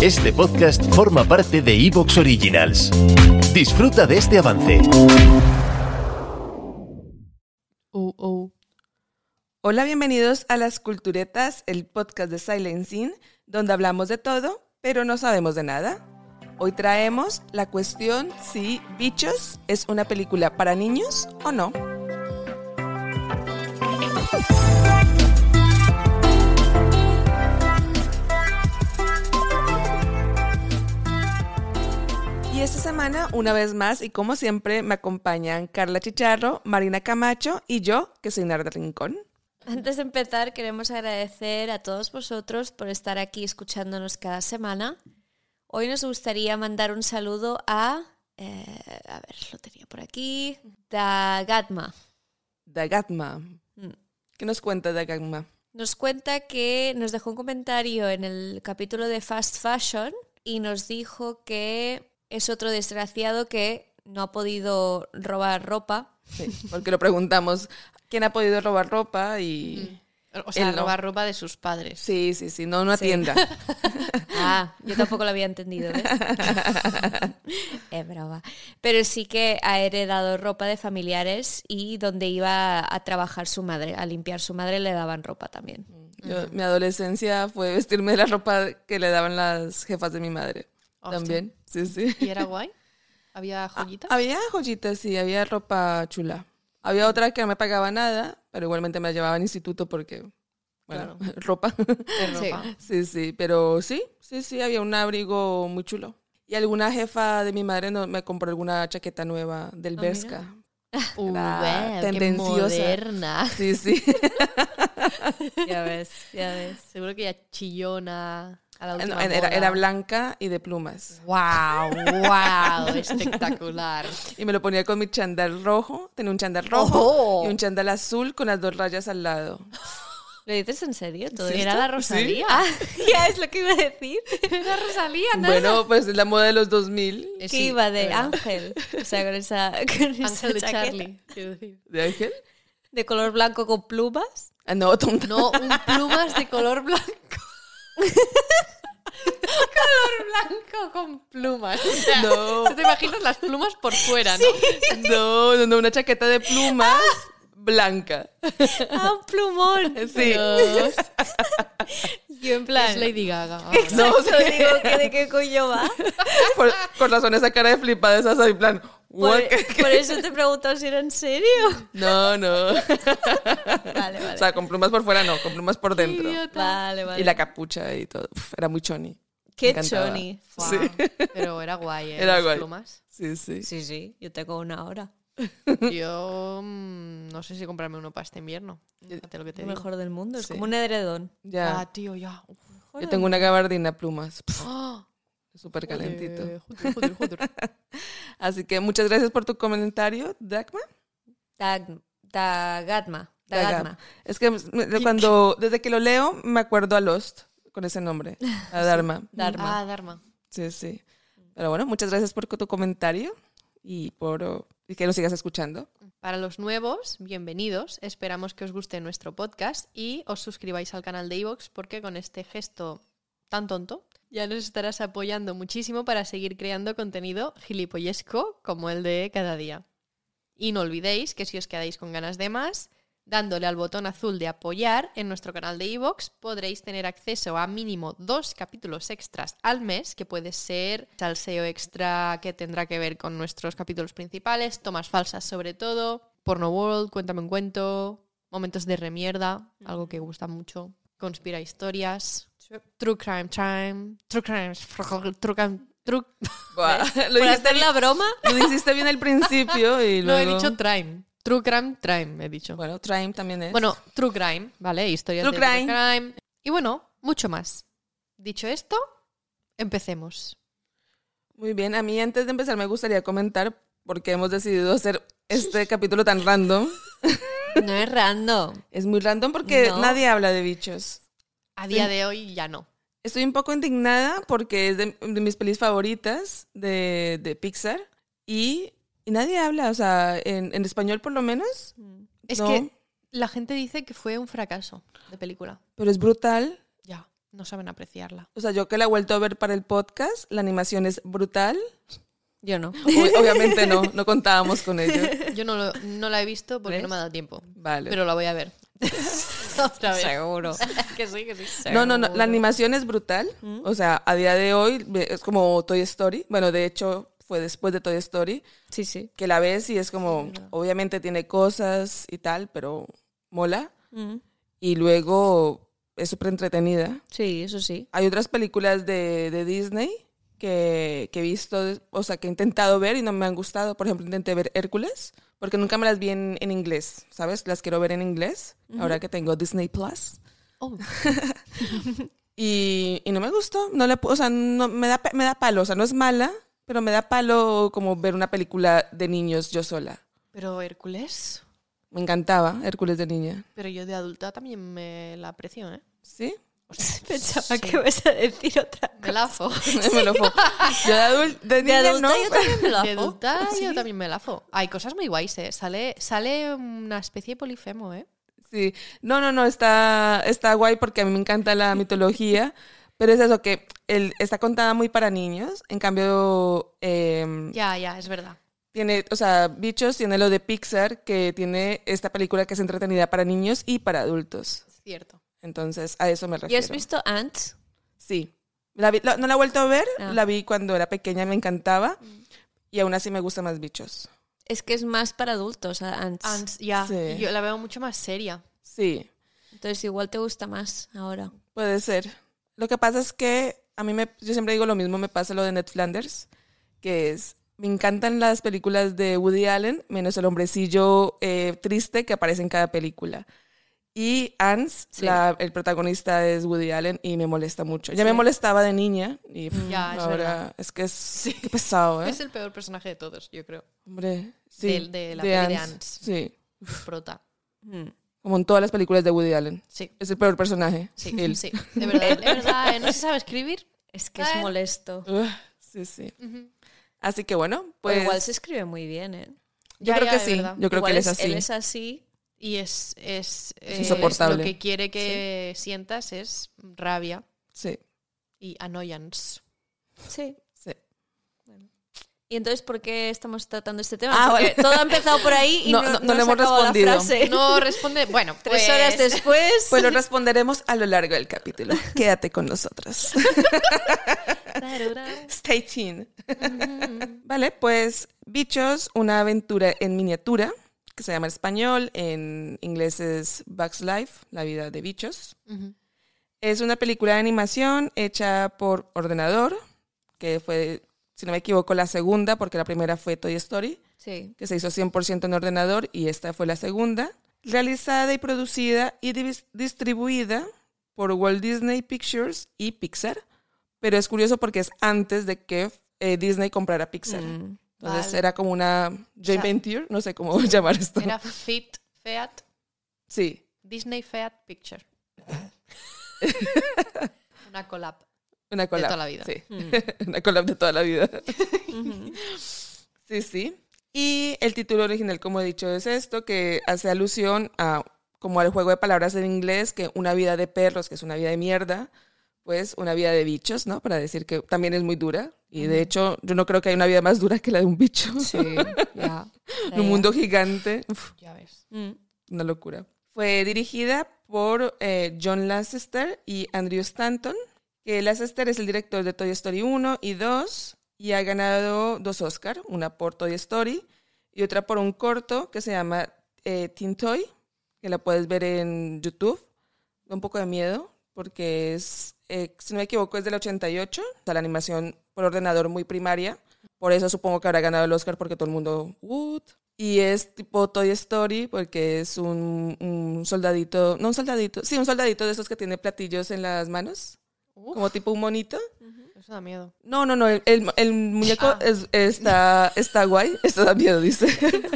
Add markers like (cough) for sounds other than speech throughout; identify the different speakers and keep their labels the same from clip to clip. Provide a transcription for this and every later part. Speaker 1: Este podcast forma parte de Evox Originals. Disfruta de este avance.
Speaker 2: Oh, oh. Hola, bienvenidos a Las Culturetas, el podcast de Silencing, donde hablamos de todo, pero no sabemos de nada. Hoy traemos la cuestión si Bichos es una película para niños o no. Y esta semana, una vez más, y como siempre, me acompañan Carla Chicharro, Marina Camacho y yo, que soy Narda Rincón.
Speaker 3: Antes de empezar, queremos agradecer a todos vosotros por estar aquí escuchándonos cada semana. Hoy nos gustaría mandar un saludo a... eh, a ver, lo tenía por aquí. Dagatma.
Speaker 2: Dagatma.
Speaker 3: Mm.
Speaker 2: ¿Qué nos cuenta Dagatma?
Speaker 3: Nos cuenta que nos dejó un comentario en el capítulo de Fast Fashion y nos dijo que es otro desgraciado que no ha podido robar ropa.
Speaker 2: Sí, porque lo preguntamos, ¿quién ha podido robar ropa?
Speaker 3: Mm.
Speaker 2: Y...
Speaker 4: O sea,
Speaker 2: Él no.
Speaker 4: robar ropa de sus padres.
Speaker 2: Sí, sí, sí, no en una
Speaker 3: Sí. (laughs)
Speaker 2: tienda.
Speaker 3: Ah, yo tampoco lo había entendido,
Speaker 4: (laughs)
Speaker 3: ¿ves? es brava. Pero sí que ha heredado ropa de familiares y donde iba a trabajar su madre, a limpiar su madre, le daban ropa también.
Speaker 2: Yo- Mi adolescencia fue vestirme de la ropa que le daban las jefas de mi madre.
Speaker 4: Hostia.
Speaker 2: También, sí, sí. (laughs)
Speaker 4: ¿Y era guay? ¿Había joyitas?
Speaker 2: Había joyitas, sí, había ropa chula. Había otra que no me pagaba nada, pero igualmente me la llevaba al instituto porque, bueno, (laughs) ropa.
Speaker 4: De ropa.
Speaker 2: sí, sí, pero sí, sí, sí, había un abrigo muy chulo. Y alguna jefa de mi madre no, me compró alguna chaqueta nueva del
Speaker 3: Ah, mira.
Speaker 2: Berska.
Speaker 4: Uh,
Speaker 2: Era
Speaker 4: guau,
Speaker 2: Ah, tendenciosa.
Speaker 4: moderna.
Speaker 2: Sí,
Speaker 4: (laughs)
Speaker 2: sí. (laughs)
Speaker 3: Ya ves, ya ves.
Speaker 4: Seguro que ya chillona. A la
Speaker 2: No,
Speaker 4: última
Speaker 2: era,
Speaker 4: moda.
Speaker 2: era blanca y de plumas.
Speaker 4: ¡Guau! ¡Guau! Espectacular.
Speaker 2: Y me lo ponía con mi chandal rojo. Tenía un chandal rojo
Speaker 4: Oh.
Speaker 2: y un chandal azul con las dos rayas al lado.
Speaker 3: ¿Lo dices en serio? ¿Todo
Speaker 4: Sí,
Speaker 3: esto?
Speaker 4: era la Rosalía.
Speaker 3: Ah, (laughs) ya es lo que iba a
Speaker 4: (laughs)
Speaker 3: decir.
Speaker 4: Era Rosalía, ¿no?
Speaker 2: Bueno, pues es la moda de los 2000.
Speaker 3: Que
Speaker 4: Eh, sí,
Speaker 3: iba de
Speaker 4: es verdad.
Speaker 3: Ángel. O sea, con esa, con esa
Speaker 4: Ángel de
Speaker 3: chaqueta
Speaker 4: Charlie. quiero decir.
Speaker 2: ¿De Ángel?
Speaker 3: de color blanco con plumas.
Speaker 2: Ah, no, (laughs) tonta.
Speaker 4: No, un plumas de color blanco. (laughs) color blanco con plumas. O sea,
Speaker 2: No.
Speaker 4: tú te imaginas las plumas por fuera, ¿no?
Speaker 2: No, no, no, una chaqueta de plumas blanca.
Speaker 3: (laughs) Ah, un plumón.
Speaker 2: Sí.
Speaker 4: Dios,
Speaker 3: Yo en
Speaker 4: es
Speaker 3: plan. (laughs)
Speaker 4: Lady Gaga. ahora.
Speaker 2: No,
Speaker 3: Yo digo que de qué coño (laughs) va.
Speaker 2: por, con razón esa cara de flipada esas en plan. "What?"
Speaker 3: Por, e-,
Speaker 2: (laughs)
Speaker 3: por eso te pregunto si era en serio.
Speaker 2: No, no.
Speaker 3: (laughs) Vale,
Speaker 2: O
Speaker 3: vale.
Speaker 2: sea, con plumas por fuera no, con plumas por dentro.
Speaker 3: Vale, vale.
Speaker 2: Y la capucha y todo. Uf, era muy choni.
Speaker 3: Qué
Speaker 2: encantaba.
Speaker 3: choni.
Speaker 4: Guau, Pero era guay, ¿eh?
Speaker 2: Era
Speaker 4: Las
Speaker 2: guay.
Speaker 4: plumas.
Speaker 2: Sí, sí.
Speaker 3: Sí, sí, yo tengo una hora.
Speaker 4: Yo mm, no sé si comprarme uno para este invierno. Fíjate lo que te
Speaker 3: Lo
Speaker 4: digo.
Speaker 3: mejor del mundo. Es
Speaker 2: Sí.
Speaker 3: como un edredón.
Speaker 2: Ya.
Speaker 4: Ah, tío, ya. Uf.
Speaker 3: Mejor
Speaker 2: Yo
Speaker 3: del
Speaker 2: tengo una gabardina plumas. Pf,
Speaker 4: Ah,
Speaker 2: Súper calentito.
Speaker 4: (gasps) joder, joder, joder, (laughs) joder.
Speaker 2: Así que muchas gracias por tu comentario, Dagma.
Speaker 3: Dag- Dagatma. Dagatma.
Speaker 2: Es que me- cuando, desde que lo leo, me acuerdo a Lost con ese nombre, a Dharma.
Speaker 3: Dharma.
Speaker 4: Ah, Dharma.
Speaker 2: Sí, sí. Pero bueno, muchas gracias por tu comentario y por oh, y que nos sigas escuchando.
Speaker 4: Para los nuevos, bienvenidos. Esperamos que os guste nuestro podcast y os suscribáis al canal de iVoox porque con este gesto tan tonto ya nos estarás apoyando muchísimo para seguir creando contenido gilipollesco como el de cada día. Y no olvidéis que si os quedáis con ganas de más, dándole al botón azul de apoyar en nuestro canal de iVoox podréis tener acceso a mínimo dos capítulos extras al mes, que puede ser salseo extra que tendrá que ver con nuestros capítulos principales, tomas falsas sobre todo, porno world, cuéntame un cuento, momentos de remierda, algo que gusta mucho, conspira historias, true crime time, true crime, (laughs) true crime, true...
Speaker 2: (laughs) Lo,
Speaker 3: Por
Speaker 2: dijiste,
Speaker 3: hacer la broma,
Speaker 2: lo dijiste bien al principio y
Speaker 4: (laughs) No,
Speaker 2: luego...
Speaker 4: he dicho crime, true crime time, he dicho.
Speaker 2: Bueno, Trime también es.
Speaker 4: Bueno, True Crime, ¿vale? Historias
Speaker 2: True
Speaker 4: de
Speaker 2: crime.
Speaker 4: True Crime. Y bueno, mucho más. Dicho esto, empecemos.
Speaker 2: Muy bien, a mí antes de empezar me gustaría comentar por qué hemos decidido hacer este capítulo tan random.
Speaker 3: No es random.
Speaker 2: Es muy random porque
Speaker 3: No.
Speaker 2: nadie habla de bichos.
Speaker 4: A
Speaker 2: Sí.
Speaker 4: día de hoy ya no.
Speaker 2: Estoy un poco indignada porque es de, de mis pelis favoritas de, de Pixar y, y nadie habla, o sea, en, en español por lo menos,
Speaker 4: Es
Speaker 2: No.
Speaker 4: que la gente dice que fue un fracaso de película.
Speaker 2: pero es brutal.
Speaker 4: Ya, no saben apreciarla.
Speaker 2: O sea, yo que la he vuelto a ver para el podcast, la animación es
Speaker 4: (laughs)
Speaker 2: brutal.
Speaker 3: Yo no.
Speaker 2: O- obviamente no, no contábamos con ello.
Speaker 4: Yo no, lo- no la he visto porque no me ha dado tiempo.
Speaker 2: Vale.
Speaker 4: Pero la voy a ver. Otra vez.
Speaker 3: Seguro.
Speaker 4: que sí, que sí.
Speaker 2: No, no, no,
Speaker 3: Seguro.
Speaker 2: la animación es brutal. O sea, a día de hoy ve- es como Toy Story. Bueno, de hecho fue después de Toy Story
Speaker 3: Sí, sí.
Speaker 2: que la ves y es como, obviamente tiene cosas y tal, pero mola.
Speaker 3: Mm.
Speaker 2: Y luego es súper entretenida.
Speaker 3: Sí, eso sí.
Speaker 2: Hay otras películas de, de Disney que, que he visto, o sea, que he intentado ver y no me han gustado. Por ejemplo, intenté ver Hércules, porque nunca me las vi en, en inglés, ¿sabes? Las quiero ver en inglés, ahora que tengo Disney Plus.
Speaker 4: (laughs) Oh.
Speaker 2: Y, y no me gustó, no le, pu- o sea, no, me, da, pa- me da palo, o sea, no es mala, pero me da palo como ver una película de niños yo sola.
Speaker 4: Pero Hércules,
Speaker 2: Me encantaba Hércules de niña,
Speaker 4: pero yo de adulta también me la aprecio, ¿eh?
Speaker 2: ¿sí? (laughs)
Speaker 3: (laughs) Pensaba que vas a decir otra
Speaker 4: Me lafo.
Speaker 2: Me lo fo- Yo de, adul- de
Speaker 3: De
Speaker 2: niña
Speaker 3: adulta
Speaker 2: no,
Speaker 3: yo
Speaker 2: pero-
Speaker 3: también me lo
Speaker 4: De
Speaker 3: hago.
Speaker 4: adulta yo también me lafo. Hay cosas muy guays, ¿eh? Sale, sale una especie de polifemo, ¿eh?
Speaker 2: Sí, no, no, no, está, está guay porque a mí me encanta la mitología, pero es eso que el- está contada muy para niños, en cambio em,
Speaker 4: Ya, ya, es verdad.
Speaker 2: tiene, o sea, Bichos tiene lo de Pixar, que tiene esta película que es entretenida para niños y para adultos.
Speaker 4: Es cierto.
Speaker 2: Entonces, a eso me
Speaker 3: ¿Y
Speaker 2: refiero.
Speaker 3: has visto Ants?
Speaker 2: Sí. La vi- la- no la he vuelto a ver,
Speaker 3: Ah. Mm.
Speaker 2: la vi cuando era pequeña, me encantaba, y aún así me gustan más Bichos.
Speaker 3: Es que es más para adultos, a- Ants.
Speaker 4: Ants, ya.
Speaker 2: Sí.
Speaker 4: Y Yo la veo mucho más seria.
Speaker 2: Sí.
Speaker 3: Entonces igual te gusta más ahora.
Speaker 2: Puede ser. Lo que pasa es que a mí me, yo siempre digo lo mismo, me pasa lo de Ned Flanders, que es, me encantan las películas de Woody Allen, menos el hombrecillo eh, triste que aparece en cada película. Y Ans,
Speaker 3: Sí.
Speaker 2: la- el protagonista es Woody Allen y me molesta mucho. Ya me molestaba de niña y pff,
Speaker 4: Mm. Ya, es
Speaker 2: ahora
Speaker 4: verdad.
Speaker 2: es que es qué pesado, ¿eh?
Speaker 4: Es el peor personaje de todos, yo creo.
Speaker 2: Hombre, sí,
Speaker 4: del- de la peli de Ants.
Speaker 2: Sí,
Speaker 4: El Prota.
Speaker 3: Mm.
Speaker 2: como en todas las películas de Woody Allen.
Speaker 4: Sí.
Speaker 2: Es (laughs) el peor personaje.
Speaker 4: Sí,
Speaker 2: él.
Speaker 4: sí. De verdad, de verdad. ¿eh? No se sabe escribir.
Speaker 3: Es que es
Speaker 4: Bueno.
Speaker 3: molesto.
Speaker 2: Ugh, sí, sí.
Speaker 4: Ujú.
Speaker 2: Así que bueno,
Speaker 3: Pero
Speaker 2: pues...
Speaker 3: igual se escribe muy bien, ¿eh?
Speaker 2: Yo
Speaker 4: Ya,
Speaker 2: creo
Speaker 4: ya,
Speaker 2: que
Speaker 4: de
Speaker 2: sí,
Speaker 4: verdad.
Speaker 2: yo creo
Speaker 3: Igual
Speaker 2: que él es así.
Speaker 3: Él es así.
Speaker 4: Y es, es, eh,
Speaker 2: insoportable.
Speaker 4: Lo que quiere que sientas es rabia
Speaker 2: Sí,
Speaker 4: y annoyance.
Speaker 3: Sí.
Speaker 2: sí.
Speaker 3: ¿Y entonces por qué estamos tratando este tema?
Speaker 2: Ah,
Speaker 3: Porque
Speaker 2: vale.
Speaker 3: todo ha empezado por ahí y
Speaker 2: No,
Speaker 3: no,
Speaker 2: no- no
Speaker 3: nos
Speaker 2: le hemos
Speaker 3: acabado la
Speaker 2: respondido.
Speaker 3: frase.
Speaker 4: No responde. Bueno,
Speaker 3: Tres
Speaker 4: pues-
Speaker 3: horas después.
Speaker 2: Pues lo responderemos a lo largo del capítulo. Quédate con nosotros. Stay tuned. Vale, pues Bichos, una aventura en miniatura, que se llama en español, en inglés es Bugs Life, la vida de bichos.
Speaker 4: Ujú.
Speaker 2: Es una película de animación hecha por ordenador, que fue, si no me equivoco, la segunda, porque la primera fue Toy Story.
Speaker 3: Sí.
Speaker 2: que se hizo 100% en ordenador y esta fue la segunda, realizada y producida y divis- distribuida por Walt Disney Pictures y Pixar, pero es curioso porque es antes de que eh, Disney comprara Pixar.
Speaker 3: Mm.
Speaker 2: Entonces
Speaker 4: Vale.
Speaker 2: era como una joint
Speaker 4: sea-
Speaker 2: venture, no sé cómo (laughs) llamar esto.
Speaker 4: Era Fit, Feat,
Speaker 2: Sí,
Speaker 4: Disney Feat Picture. Una collab.
Speaker 2: una collab.
Speaker 4: toda la vida. Mm.
Speaker 2: Sí, (laughs) una collab de toda la vida. sí, sí. Y el título original, como he dicho, es esto, que hace alusión a, como al juego de palabras en inglés, que una vida de perros, que es una vida de mierda, pues una vida de bichos, ¿no? Para decir que también es muy dura. Y de hecho, yo no creo que haya una vida más dura que la de (laughs) un bicho.
Speaker 3: Sí, ya.
Speaker 2: En un mundo gigante. Uf,
Speaker 4: Ya ves.
Speaker 3: Mm.
Speaker 2: una locura. Fue dirigida por eh, John Lasseter y Andrew Stanton, que Lasseter es el director de Toy Story 1 y 2 y ha ganado dos Oscar, una por Toy Story y otra por un corto que se llama eh, Teen Toy, que la puedes ver en YouTube. Da un poco de miedo porque es, eh, si no me equivoco, es del 88, o sea, la animación por ordenador muy primaria. Por eso supongo que habrá ganado el Oscar porque todo el mundo, "What?". Y es tipo Toy Story porque es un, un soldadito, no un soldadito, sí, un soldadito de esos que tiene platillos en las manos.
Speaker 4: Uf,
Speaker 2: como tipo un monito.
Speaker 4: Uh, eso da miedo.
Speaker 2: No, no, no, el, el- el muñeco
Speaker 4: Ah.
Speaker 2: es- está, está guay, (laughs) esto da miedo, dice.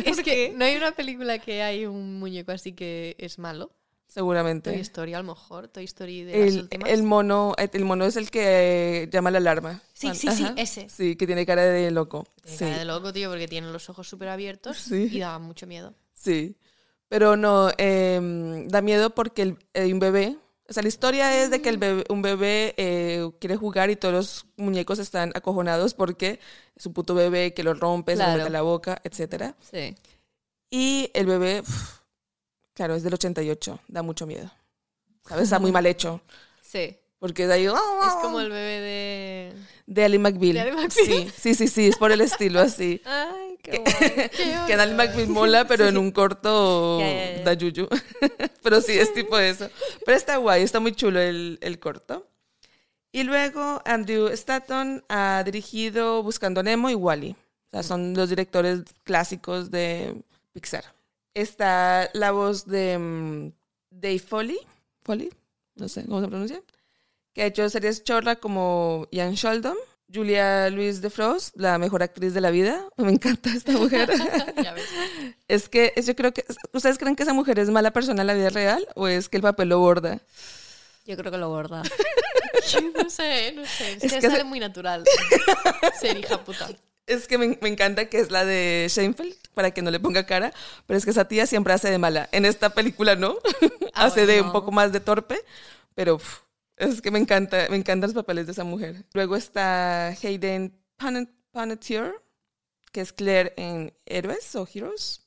Speaker 4: Es que no hay una película que hay un muñeco así que es malo. Toy
Speaker 2: Seguramente.
Speaker 4: Story, a lo mejor. Toy Story de las
Speaker 2: El,
Speaker 4: últimas.
Speaker 2: el mono, el mono es el que llama la alarma.
Speaker 3: Sí,
Speaker 2: Cuando-
Speaker 3: sí, sí,
Speaker 2: ajá.
Speaker 3: ese.
Speaker 2: Sí, que tiene cara de loco.
Speaker 4: Tiene
Speaker 2: Sí,
Speaker 4: cara de loco, tío, porque tiene los ojos súper abiertos
Speaker 2: Sí.
Speaker 4: y da mucho miedo.
Speaker 2: sí. Pero no, em, da miedo porque el- hay un bebé. O sea, la historia es de que
Speaker 4: Mm.
Speaker 2: el bebé- un bebé eh, quiere jugar y todos los muñecos están acojonados porque es un puto bebé que lo rompe, se
Speaker 3: Claro.
Speaker 2: lo mete en la boca, etcétera.
Speaker 3: Sí.
Speaker 2: Y el bebé, uf, claro, es del 88, da mucho miedo. ¿Sabes? Está muy mal hecho.
Speaker 4: Sí.
Speaker 2: Porque de ahí.
Speaker 4: Es como el bebé de.
Speaker 2: De Ali McBeal.
Speaker 4: de Ali McBeal.
Speaker 2: Sí, sí, sí, sí, es por el estilo así.
Speaker 4: Ay,
Speaker 3: (laughs)
Speaker 4: qué guay.
Speaker 2: (laughs) (laughs) Que en Ali McBeal mola, pero en un corto
Speaker 3: Ya, ya, ya.
Speaker 2: da yuyu. (laughs) pero sí,
Speaker 3: (laughs)
Speaker 2: es tipo eso. Pero está guay, está muy chulo el, el corto. Y luego Andrew Stanton ha dirigido Buscando a Nemo y Wally. O sea, son los directores clásicos de Pixar. Está la voz de mm, Dave Foley, Foley, no sé cómo se pronuncia, que ha hecho series chorra como Ian Sheldon, Julia Louis de Frost, la mejor actriz de la vida. (laughs) Me encanta esta mujer.
Speaker 4: (laughs) Ya ves. (laughs)
Speaker 2: es que es- yo creo que. ¿Ustedes creen que esa mujer es mala persona en la vida real o es que el papel lo borda?
Speaker 3: Yo creo que lo borda.
Speaker 4: No sé, no sé. Es,
Speaker 2: Es
Speaker 4: que,
Speaker 2: que
Speaker 4: sale
Speaker 2: hace-
Speaker 4: muy natural. Ser hija puta.
Speaker 2: Es que me, me encanta que es la de Seinfeld, para que no le ponga cara, pero es que esa tía siempre hace de mala. En esta película no, (laughs)
Speaker 3: Ah,
Speaker 2: hace de
Speaker 3: bueno.
Speaker 2: un poco más de torpe, pero uf, es que me encanta, me encantan los papeles de esa mujer. Luego está Hayden Panet- Panettiere, que es Claire en Héroes o Heroes,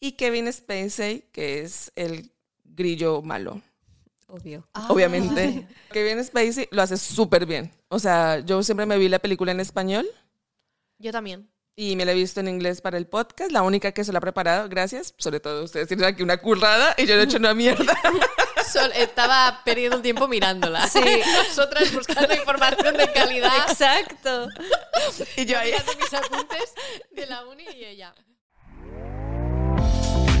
Speaker 2: y Kevin Spacey, que es el grillo malo
Speaker 3: Obvio.
Speaker 4: Ah.
Speaker 2: obviamente. (laughs) Kevin Spacey lo hace súper bien. O sea, yo siempre me vi la película en español
Speaker 4: Yo también.
Speaker 2: y me la he visto en inglés para el podcast. La única que se la ha preparado, gracias, sobre todo ustedes tienen aquí una currada y yo no he hecho una mierda.
Speaker 4: Sol- estaba perdiendo el tiempo mirándola. Sí. (laughs) Nosotras buscando información de
Speaker 3: Ah.
Speaker 4: calidad.
Speaker 3: Exacto.
Speaker 2: Y yo ahí.
Speaker 4: Mirando mis apuntes de la uni y ella.